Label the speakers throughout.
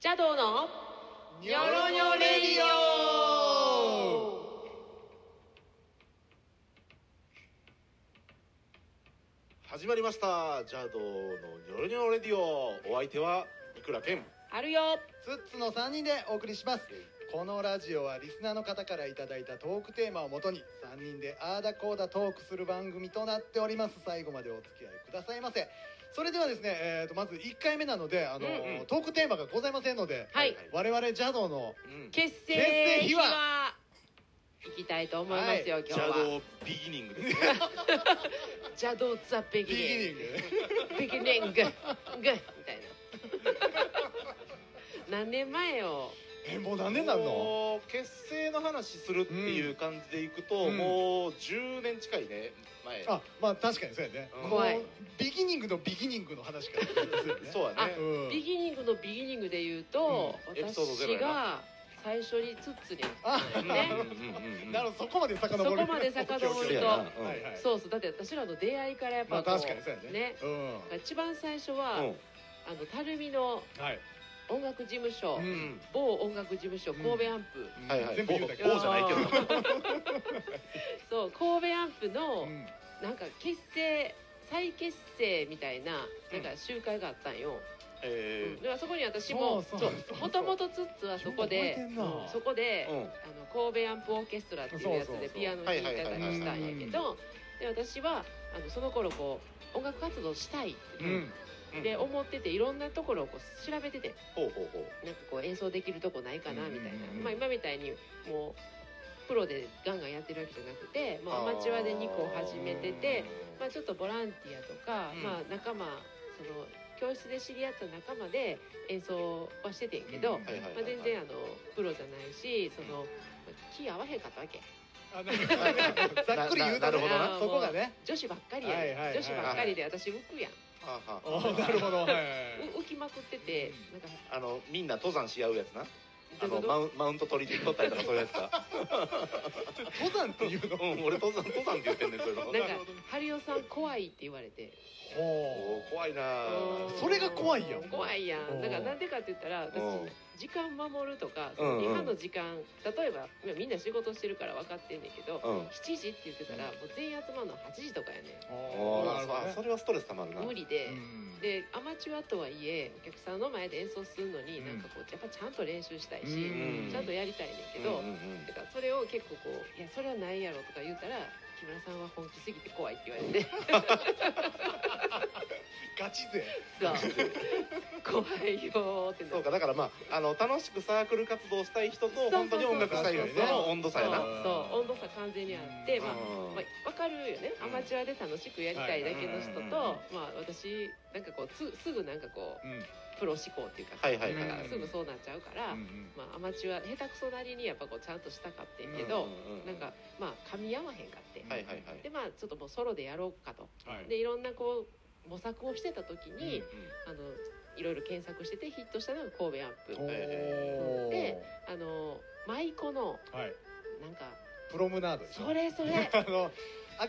Speaker 1: 邪道のニョロニョレディオ
Speaker 2: 始まりましたジャドのニョロニョロレディオお相手はいくらけん
Speaker 1: あるよ
Speaker 3: ツッツの3人でお送りしますこのラジオはリスナーの方からいただいたトークテーマをもとに3人であーだこーだトークする番組となっております最後までお付き合いくださいませそれではですね、えー、とまず1回目なのであの、
Speaker 1: うん
Speaker 2: うん
Speaker 3: トークテーマがございませんので、
Speaker 1: はい
Speaker 3: 我々邪道の
Speaker 2: うん
Speaker 1: 結成
Speaker 3: 結成
Speaker 1: 秘
Speaker 3: 秘
Speaker 1: 話聞きたいと思いますよ、
Speaker 3: は
Speaker 1: 今
Speaker 2: ジ
Speaker 1: 日
Speaker 2: ャ
Speaker 1: は
Speaker 2: ドビギニングですね
Speaker 1: 邪道ザビギ
Speaker 3: ビギニング
Speaker 1: ビギニンググッみたいな何年前よ
Speaker 3: え もう何年なるの
Speaker 2: もう結成の話するっていう感じでいくと、
Speaker 3: うん
Speaker 2: もう10年近いね前
Speaker 3: あまあ確かにそうやね、
Speaker 2: うん
Speaker 1: 怖い
Speaker 3: もうビギニングのビギニングの話からですよね
Speaker 2: そうだね
Speaker 3: う、ん
Speaker 1: ビギニングのビギニングで言うと、
Speaker 2: うんエピソードゼロ
Speaker 1: 私
Speaker 2: やな
Speaker 1: が最初にツッツに
Speaker 3: あ
Speaker 1: ね
Speaker 2: うん
Speaker 3: なるほどそこまで遡る
Speaker 1: そこまで 遡
Speaker 2: そう
Speaker 1: る
Speaker 2: や
Speaker 1: と
Speaker 2: な
Speaker 3: はいはい
Speaker 1: そうそうだって私らの出会いからやっ
Speaker 3: ま
Speaker 1: ぱ
Speaker 3: あ
Speaker 1: こう
Speaker 3: 確かにそうやねうん
Speaker 1: 一番最初は、
Speaker 2: うん
Speaker 1: あの垂水の
Speaker 3: はい、
Speaker 1: 音楽事務所、
Speaker 3: うん
Speaker 2: うん
Speaker 1: 某音楽事務所神戸アンプ、
Speaker 2: はいはい
Speaker 3: 全部言うたけ
Speaker 2: 某
Speaker 3: ど
Speaker 2: 某じゃない けど
Speaker 1: そう神戸アンプの、
Speaker 3: うん
Speaker 1: なんか結成再結成みたいな
Speaker 2: う
Speaker 1: なんか
Speaker 2: ん
Speaker 1: 集会があったんよ、
Speaker 2: え
Speaker 1: うんでそこに私も
Speaker 3: そ
Speaker 1: そ
Speaker 3: うそううそう
Speaker 1: もともとツッツはそこで
Speaker 3: よく覚えてんな
Speaker 1: うんそこで、
Speaker 2: ーうん
Speaker 1: あの神戸アンプオーケストラっていうやつ
Speaker 3: そうそう
Speaker 1: で
Speaker 3: そう
Speaker 1: ピアノ弾いたりしたんやけどで私はあのその頃こう音楽活動したいって、
Speaker 3: うん
Speaker 2: うん
Speaker 1: で思ってていろんなところをこう調べてて
Speaker 2: ほうほうほう
Speaker 1: なんかこう演奏できるとこないかなみたいな、
Speaker 3: うんうんうん
Speaker 1: まあ、今みたいにもうプロでガンガンやってるわけじゃなくて、まあ、アマチュアで2個を始めててまあ、ちょっとボランティアとか、
Speaker 2: うん
Speaker 1: まあ、仲間その教室で知り合った仲間で演奏はしててんけど、
Speaker 3: うん
Speaker 2: はいはいはい
Speaker 1: ま
Speaker 2: は
Speaker 1: あ、
Speaker 2: い
Speaker 1: 全然あのプロじゃないしその気合わへんかったわけ
Speaker 3: あなるほどねざっくり言う
Speaker 2: な
Speaker 3: と
Speaker 2: る
Speaker 3: ね
Speaker 2: ほど
Speaker 1: な
Speaker 3: そこがね
Speaker 1: 女子ばっかりや、
Speaker 3: はいはいはい
Speaker 1: 女子ばっかりで私浮くやん、
Speaker 2: はあはあ
Speaker 3: あーなるほどはいはいう
Speaker 1: 浮きまくっててなんか
Speaker 2: あのみんな登山し合うやつなあ
Speaker 1: どうい
Speaker 2: の
Speaker 1: うこ
Speaker 2: マ
Speaker 1: と
Speaker 2: ウンマウント取り取ったりとかそういうや つか
Speaker 3: 登山っていうの
Speaker 2: うん俺登山登山って言ってんねんそういうの
Speaker 1: なん
Speaker 3: なる
Speaker 1: か
Speaker 3: ほどね
Speaker 1: 「ハリオさん怖い」って言われて
Speaker 3: ほ
Speaker 2: おー怖いな
Speaker 1: おー
Speaker 3: それが怖いやん
Speaker 1: 怖いや
Speaker 3: お
Speaker 1: ん
Speaker 3: ー
Speaker 1: だからなんでかって言ったら私
Speaker 2: うん
Speaker 1: 時間守るとかそ
Speaker 2: うん
Speaker 1: の
Speaker 2: うん
Speaker 1: 今の時間例えばまあみんな仕事してるから分かってんねんけど
Speaker 2: うん
Speaker 1: 7時って言ってたらもう全員集まるの8時とかやね
Speaker 3: う
Speaker 2: お
Speaker 3: な
Speaker 2: ー
Speaker 3: るほど
Speaker 2: そ
Speaker 3: ね
Speaker 2: それはストレスたまるなん
Speaker 1: 無理で
Speaker 3: うん
Speaker 1: でアマチュアとはいえお客さんの前で演奏するのに
Speaker 3: うん
Speaker 1: なんかこうやっぱちゃんと練習したい
Speaker 3: うん
Speaker 1: しちゃんとやりたいねんけ
Speaker 2: う
Speaker 1: ど
Speaker 2: んうん
Speaker 1: だからそれを結構こう「いやそれはないやろ」とか言うたら「木村さんは本気すぎて怖い」って言われて
Speaker 3: ガチ勢
Speaker 1: 「 そう怖いよ」って
Speaker 2: うん
Speaker 1: な
Speaker 2: そう
Speaker 1: って
Speaker 2: かだからまああの楽しくサークル活動したい人
Speaker 1: そうそう
Speaker 2: と
Speaker 1: そう
Speaker 2: 本当に音楽したい人の温度差
Speaker 1: そう
Speaker 2: やな
Speaker 3: そう
Speaker 1: そう温度差完全にあって、
Speaker 3: うん
Speaker 1: まあ
Speaker 2: うん
Speaker 1: まあ、分かるよねアマチュアで楽しくやりたいだけの人と、
Speaker 2: うん
Speaker 1: まあ、私なんかこうつすぐなんかこう
Speaker 3: うん
Speaker 1: プロ志向っていうか
Speaker 2: はいはいはい
Speaker 1: なんかすぐそうなっちゃうから、
Speaker 3: うん
Speaker 1: まあ、アマチュア下手くそなりにやっぱこうちゃんとしたかってんけ
Speaker 2: う
Speaker 1: ど
Speaker 2: ん、うんうん
Speaker 1: なんかまあ噛み合わへんかって、
Speaker 3: うん
Speaker 2: はいはいはい
Speaker 1: でまあちょっともうソロでやろうかと
Speaker 3: はい
Speaker 1: でいろんなこう模索をしてた時に、
Speaker 3: うん
Speaker 1: あのいろいろ検索しててヒットしたのが神戸アン
Speaker 3: お
Speaker 1: プ
Speaker 3: ー
Speaker 1: であの舞妓の
Speaker 3: はい
Speaker 1: なんか
Speaker 3: プロムナードでしょ
Speaker 1: それそ れ
Speaker 3: あの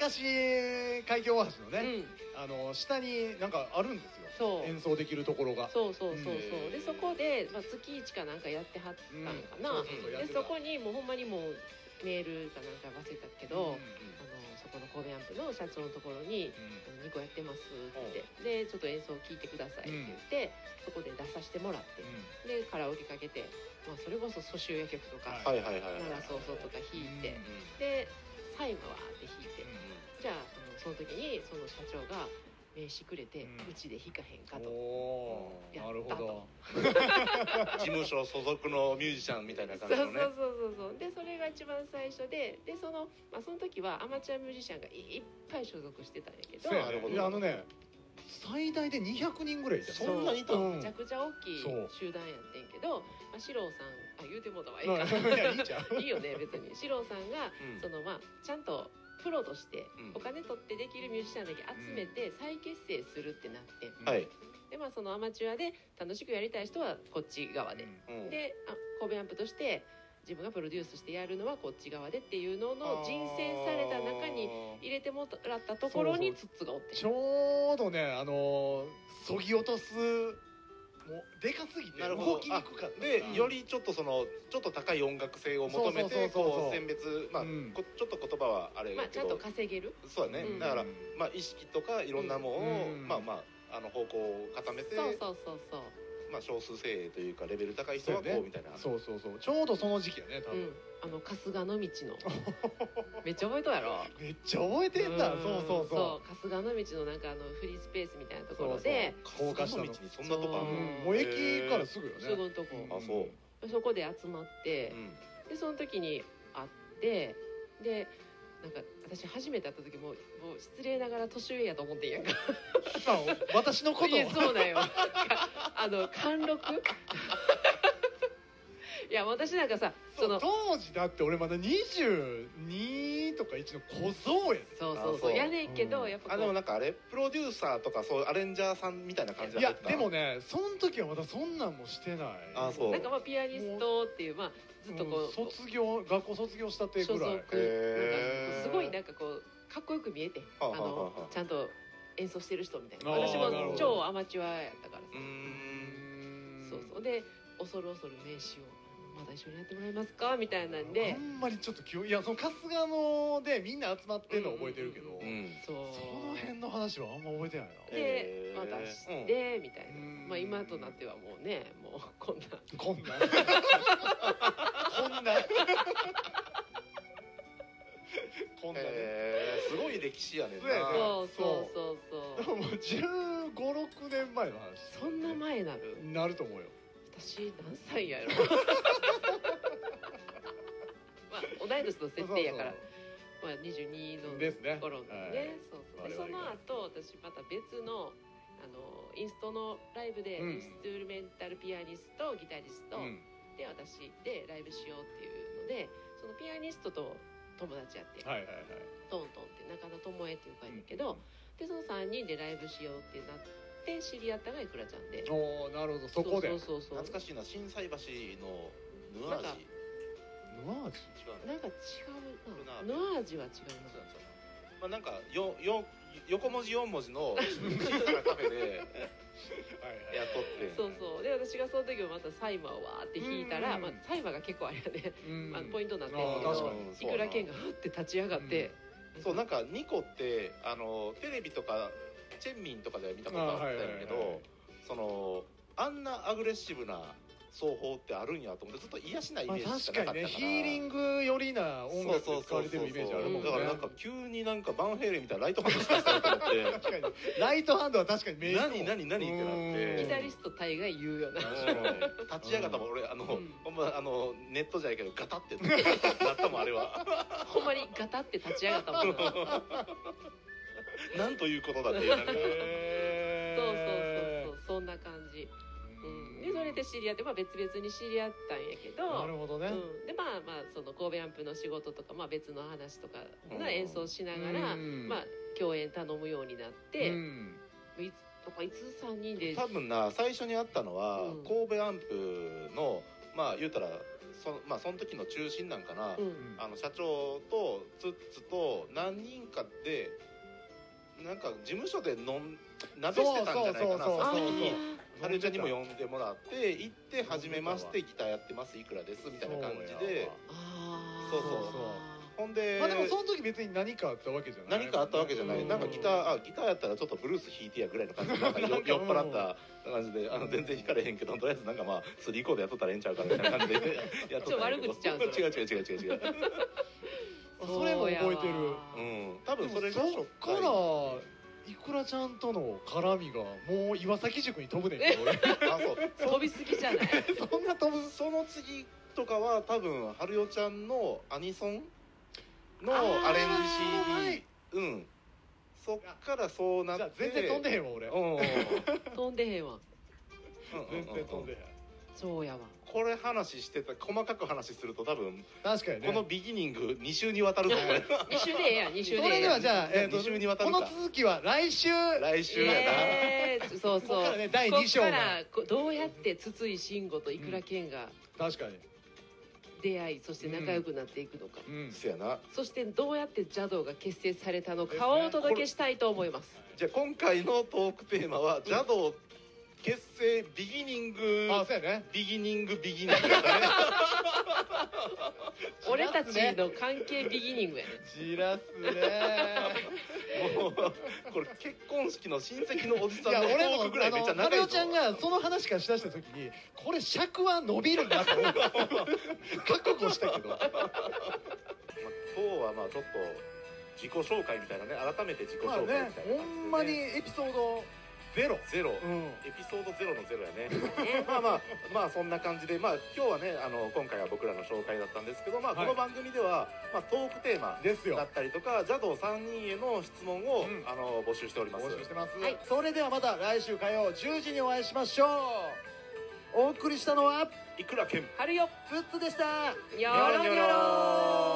Speaker 3: 明石海峡大橋の
Speaker 1: う
Speaker 3: ね
Speaker 1: ん
Speaker 3: あの下になんかあるんですよ
Speaker 1: そう
Speaker 3: 演奏できるところが
Speaker 1: そうそうそうそううんでそこで、まあ、月1かなんかやってはった
Speaker 3: うん
Speaker 1: んかな、
Speaker 3: うううやって
Speaker 1: で
Speaker 3: た
Speaker 1: そこにもうほんまにもうメールかなんか忘れたけど、あのそこの神戸アンプの社長のところに
Speaker 3: うんうん
Speaker 1: 「2個やってます」って言って「でちょっと演奏聴いてください」って言って、そこで出させてもらって
Speaker 3: う
Speaker 1: でカラオケかけて、まあ、それこそ蘇州夜曲とか
Speaker 3: は
Speaker 1: 「
Speaker 3: い
Speaker 2: はいはいはいはい
Speaker 1: 奈良そうそう」とか弾いて、
Speaker 3: うん
Speaker 1: で「サイムは」って弾いて、
Speaker 3: ん
Speaker 1: じゃああのその時にその社長が名刺くれて
Speaker 3: うん
Speaker 1: 「うち、で弾かへんか」と。
Speaker 3: おーなる
Speaker 1: やった
Speaker 3: ほ
Speaker 1: と
Speaker 3: ど
Speaker 2: 事務所所属のミュージシャンみたいな
Speaker 1: そう
Speaker 2: 感
Speaker 1: そう
Speaker 2: じのね
Speaker 1: そうそうそうでそれが一番最初ででその,、まあ、その時はアマチュアミュージシャンがいっぱい所属してたんやけど
Speaker 3: そうやね
Speaker 2: なるほど
Speaker 3: いやあのね最大で200人ぐらいいたよ
Speaker 2: そんなにいた
Speaker 3: う
Speaker 2: の
Speaker 3: ん
Speaker 1: めちゃくちゃ大きい
Speaker 3: そう
Speaker 1: 集団やってんけど、まあ、四郎さんあ言うてもうたわいい
Speaker 3: まあ
Speaker 1: か
Speaker 3: いやいいじゃ ん
Speaker 1: いいよね別に四郎さんが
Speaker 2: うん
Speaker 1: そのまあちゃんとプロとして
Speaker 2: うん
Speaker 1: お金取ってできるミュージシャンだけ集めて再結成するってなって
Speaker 2: はい
Speaker 1: でまあそのアマチュアで楽しくやりたい人はこっち側で
Speaker 2: うん
Speaker 1: であ神戸アンプとして自分がプロデュースしてやるのはこっち側でっていうのの人選された中に入れてもらったところにツッツがおって
Speaker 3: ちょうどねあのーそぎ落とすもうでかすぎて
Speaker 2: なるほど
Speaker 3: 動きにくかった
Speaker 2: で
Speaker 3: うん
Speaker 2: よりちょっとそのちょっと高い音楽性を求めて
Speaker 3: そうそうそうそう
Speaker 2: こう選別まあ
Speaker 3: うん
Speaker 2: こちょっと言葉はあれ
Speaker 1: ま
Speaker 2: だ
Speaker 1: あち
Speaker 2: け
Speaker 1: ゃんと
Speaker 2: ど
Speaker 1: 稼げる
Speaker 2: そうだね
Speaker 1: うん
Speaker 2: だから
Speaker 3: うん
Speaker 2: まあ意識とかいろんなものを
Speaker 3: うん
Speaker 2: まあまああの方向を固めて
Speaker 1: そうそうそうそう
Speaker 2: まあ少数精鋭というかレベル高い人は
Speaker 3: そう
Speaker 2: こ
Speaker 3: よ
Speaker 2: う
Speaker 3: ね
Speaker 2: みたいな
Speaker 3: そうそうそうちょうどその時期やね多
Speaker 1: う
Speaker 3: 分、
Speaker 1: んあの春日の道 のめっちゃ覚えとうやろ
Speaker 3: めっちゃ覚えてんだ
Speaker 1: ん
Speaker 3: そうそうそ
Speaker 1: そう春日の道のなんかあのフリースペースみたいなところ
Speaker 3: そう
Speaker 1: で
Speaker 3: 高架下の
Speaker 2: 春日道にそんなとこ
Speaker 3: う、
Speaker 2: あ
Speaker 1: そ
Speaker 2: んの
Speaker 3: うん、もう駅からすぐよね、
Speaker 1: すぐのとこ、
Speaker 2: あそう
Speaker 1: そこで集まって、でその時に会ってでなんか私初めて会った時ももう失礼ながら年上やと思ってんやんか
Speaker 3: まあ私のこと
Speaker 1: いやそうだよ かあの貫禄 いや私なんかさそ
Speaker 3: そう
Speaker 1: の
Speaker 3: 当時だって俺まだ22とか1の小僧やで
Speaker 1: そうそう
Speaker 2: あ
Speaker 1: そ
Speaker 2: そうう
Speaker 1: やねんけど、
Speaker 3: うん
Speaker 1: やっぱこ
Speaker 2: あ
Speaker 1: う
Speaker 2: でもなんかあれプロデューサーとかそうアレンジャーさんみたいな感じで
Speaker 3: い
Speaker 2: 入
Speaker 3: や
Speaker 2: った
Speaker 3: でもねその時はまだそんなんもしてない
Speaker 2: あそう
Speaker 1: なんかまあピアニストっていうまあずっとこう、
Speaker 3: うん卒業学校卒業したて
Speaker 1: 所
Speaker 3: ぐ
Speaker 1: 属
Speaker 3: ら
Speaker 1: なん
Speaker 3: い
Speaker 1: か
Speaker 2: へ
Speaker 1: す
Speaker 2: ー
Speaker 1: ごいなんかこうかっこよく見えてあ
Speaker 2: はあはあは
Speaker 1: の
Speaker 2: あ
Speaker 1: ちゃんと演奏してる人みたいな
Speaker 3: あー
Speaker 1: 私
Speaker 2: なる
Speaker 1: も
Speaker 2: ほど
Speaker 1: 超アマチュアやったからさ
Speaker 2: うーん
Speaker 1: そうそうで恐る恐る名刺を「まだ一緒にやってもらえますか?」みたいなんで
Speaker 3: あんまりちょっと記憶いやその春日野でみんな集まってんのは覚えてるけど、
Speaker 1: うん
Speaker 2: うん
Speaker 1: そう
Speaker 3: その辺の話はあんま覚えてないな
Speaker 1: で
Speaker 2: へー
Speaker 1: 渡してみたいな
Speaker 3: うん
Speaker 1: まあ今となってはもうねもうこんな
Speaker 3: こんなんこんなんこんなんね
Speaker 2: へーすごい歴史やねんな
Speaker 3: そうやね
Speaker 1: そうそうそう
Speaker 3: で
Speaker 1: そう
Speaker 3: ももう1 5六6年前の話
Speaker 1: そんな前なる
Speaker 3: なると思うよ
Speaker 1: 私何歳 やろまあ同い年の設定やから
Speaker 3: そう
Speaker 1: まあ、22の
Speaker 3: ですね
Speaker 1: 頃のね
Speaker 3: はい
Speaker 1: そうそうでそ
Speaker 3: 我々
Speaker 1: の
Speaker 3: が
Speaker 1: 後私また別のあのインストのライブで、イ
Speaker 3: うん
Speaker 1: ンストゥルメンタルピアニストギタリスト、
Speaker 3: そうそううん
Speaker 1: で私でライブしようっていうのでそのピアニストと友達やって、
Speaker 3: はいはいはい
Speaker 1: トントンって中田智恵っていう子やねんけど、でその3人でライブしようってなって知り合ったのがいくらちゃんで
Speaker 3: おおなるほどそこで
Speaker 1: そうそうそうそう
Speaker 2: 懐かしいな震災橋のヌアージ
Speaker 1: なんか
Speaker 2: 違
Speaker 3: うわ
Speaker 2: う
Speaker 1: な
Speaker 2: ね
Speaker 1: んか違うなノアージは違います
Speaker 2: まあなんかよよ横文字四文字の小さなカフェで
Speaker 3: はい
Speaker 2: やっ
Speaker 3: は
Speaker 2: とっ て
Speaker 1: そうそうで私がその時もまたサイマーをわーって弾いたら、
Speaker 3: うん
Speaker 1: まあ、サイマーが結構あれやね、
Speaker 3: いうん
Speaker 1: あのポイントになってん
Speaker 3: あ
Speaker 1: だけ
Speaker 3: ー確か
Speaker 1: ど
Speaker 3: に
Speaker 2: うん
Speaker 1: いくら剣がふって立ち上がって、
Speaker 2: そうなんかニコってあのテレビとかチェンミンとかでは見たことあったんやけ
Speaker 3: あはいはいはいはい
Speaker 2: どそのあんなアグレッシブな奏法ってあるんやと思ってずっと癒しないイ
Speaker 3: ま
Speaker 2: メ
Speaker 3: あ
Speaker 2: ージし
Speaker 3: 確
Speaker 2: かなか
Speaker 3: か
Speaker 2: ったか
Speaker 3: に
Speaker 2: ら
Speaker 3: ねヒーリングよりな音楽で使われてるイメージあるもんね
Speaker 2: だからなんか急になんかバンヘイレンみたいなライトハンドした人だと思っ
Speaker 3: 確かにライトハンドは確かに名
Speaker 2: て
Speaker 3: 曲
Speaker 2: 何何何ってなって
Speaker 3: うん
Speaker 1: ギタリスト大概言うよな
Speaker 2: うん立ち上がったもん俺あの、
Speaker 1: うん
Speaker 2: ほんまあのネットじゃないけどガタってなったもんあれは
Speaker 1: ほんまにガタって立ち上がったもんな
Speaker 2: なんということだっていうなんか
Speaker 1: そうそうそうそうそんな感じ、うん、でそれで知り合って、まあ、別々に知り合ったんやけど
Speaker 3: なるほどね
Speaker 1: うん、でまあまあその神戸アンプの仕事とか、まあ、別の話とかの演奏しながら、
Speaker 3: うん
Speaker 1: まあ、共演頼むようになって、
Speaker 3: うん
Speaker 1: いつとかいつ3人で
Speaker 2: 多分な最初に会ったのは、
Speaker 1: うん
Speaker 2: 神戸アンプのまあ言うたらそ,、まあ、その時の中心なんかな、
Speaker 1: うん
Speaker 2: あの社長とツッツと何人かでなんか事務所で飲ん鍋してたんじゃないかな
Speaker 3: そう
Speaker 1: あー
Speaker 2: その
Speaker 3: そう
Speaker 2: 時に
Speaker 3: あ
Speaker 2: はるちゃんにも呼んでもらって行って始めましてギターやってますいくらですみたいな感じで
Speaker 1: あー
Speaker 2: そうそうほんで,、
Speaker 3: まあでもその時別に何かあったわけじゃない
Speaker 2: 何かあったわけじゃない、
Speaker 1: うん
Speaker 2: なんかギターあギターやったらちょっとブルース弾いてやぐらいの感じでなんかよ
Speaker 3: なんか
Speaker 2: 酔っ払った感じであ
Speaker 3: う
Speaker 2: の
Speaker 3: ん
Speaker 2: 全然弾かれへんけどとりあえずなんかまあ3コードやっとったらええんちゃうかみたいな感じでやっとったんやけ
Speaker 1: ちょっと悪口
Speaker 2: ど
Speaker 1: ちゃう
Speaker 2: 違う違う違う違う違う
Speaker 3: それも覚えてる
Speaker 2: うん多分それが
Speaker 3: そっからいくらちゃんとの絡みがもう岩崎塾に飛ぶねんけど俺
Speaker 2: あそう
Speaker 1: 飛びすぎじゃない
Speaker 3: そんな飛ぶ
Speaker 2: その次とかは多分春代ちゃんのアニソンの
Speaker 1: あー
Speaker 2: アレ
Speaker 3: その
Speaker 2: ン
Speaker 3: 前
Speaker 2: ジ CD うんそっからそうなっ
Speaker 3: じ
Speaker 2: て
Speaker 3: ゃあ全然飛んでへんわ俺
Speaker 2: うんうんうん
Speaker 1: 飛んでへんわ
Speaker 3: 全然飛んでへん
Speaker 1: そう やわ
Speaker 2: これ話してた細かく話すると多分
Speaker 3: 確かにね
Speaker 2: このビギニング2週にわたると思う
Speaker 1: 2週でええやん2
Speaker 3: そ
Speaker 1: 週でえ
Speaker 3: れ
Speaker 1: え
Speaker 3: で
Speaker 1: や
Speaker 3: は
Speaker 1: ん
Speaker 3: じゃあ、えーと
Speaker 2: 二週にわたるか
Speaker 3: この続きは来週
Speaker 2: 来週やな、
Speaker 1: えーそうそう
Speaker 3: こっからね第二章
Speaker 1: こ
Speaker 3: が
Speaker 1: っからこどうやって筒井慎吾といくら健が
Speaker 3: 確かに、
Speaker 1: 出会いそして仲良くなっていくのか、
Speaker 3: うん
Speaker 2: そやな
Speaker 1: そしてどうやって邪道が結成されたのかをお届けしたいと思います
Speaker 2: じゃあ今回のトークテーマは「邪道
Speaker 4: 結成ビギニング
Speaker 3: あそうやね
Speaker 4: ビギニングビギニングだね
Speaker 1: 俺たちの関係ビギニングやね
Speaker 3: じらすね
Speaker 4: もうこれ結婚式の親戚のおじ
Speaker 3: い
Speaker 4: さん
Speaker 3: や
Speaker 4: の
Speaker 3: 俺
Speaker 4: トー
Speaker 3: も
Speaker 4: クぐらいめっち
Speaker 3: あ
Speaker 4: ゃ
Speaker 3: のマ
Speaker 4: 長
Speaker 3: リ
Speaker 4: い
Speaker 3: オ
Speaker 4: ぞ
Speaker 3: ちゃんがその話からしだした時にこれ尺は伸びるなと思った覚悟したけど
Speaker 2: まあ、今日はまあちょっと自己紹介みたいなね改めて自己
Speaker 3: まあ
Speaker 2: 紹介みたいな感じで、ね
Speaker 3: ねほんまにエピソードゼロ
Speaker 2: ゼロ、
Speaker 3: うん
Speaker 2: エピソードゼロのゼロやねまあまあまあそんな感じでまあ今日はねあの今回は僕らの紹介だったんですけどまあ
Speaker 3: は
Speaker 2: こ
Speaker 3: い
Speaker 2: の番組では、まあ、トークテーマ
Speaker 3: ですよ
Speaker 2: だったりとか邪道3人への質問を、
Speaker 3: うん
Speaker 2: あの募集しております
Speaker 3: 募集してます、
Speaker 1: はい
Speaker 3: それではまた来週火曜10時にお会いしましょうお送りしたのはい
Speaker 2: くらけん
Speaker 1: 春よ
Speaker 3: ツッツでした
Speaker 1: よろよろ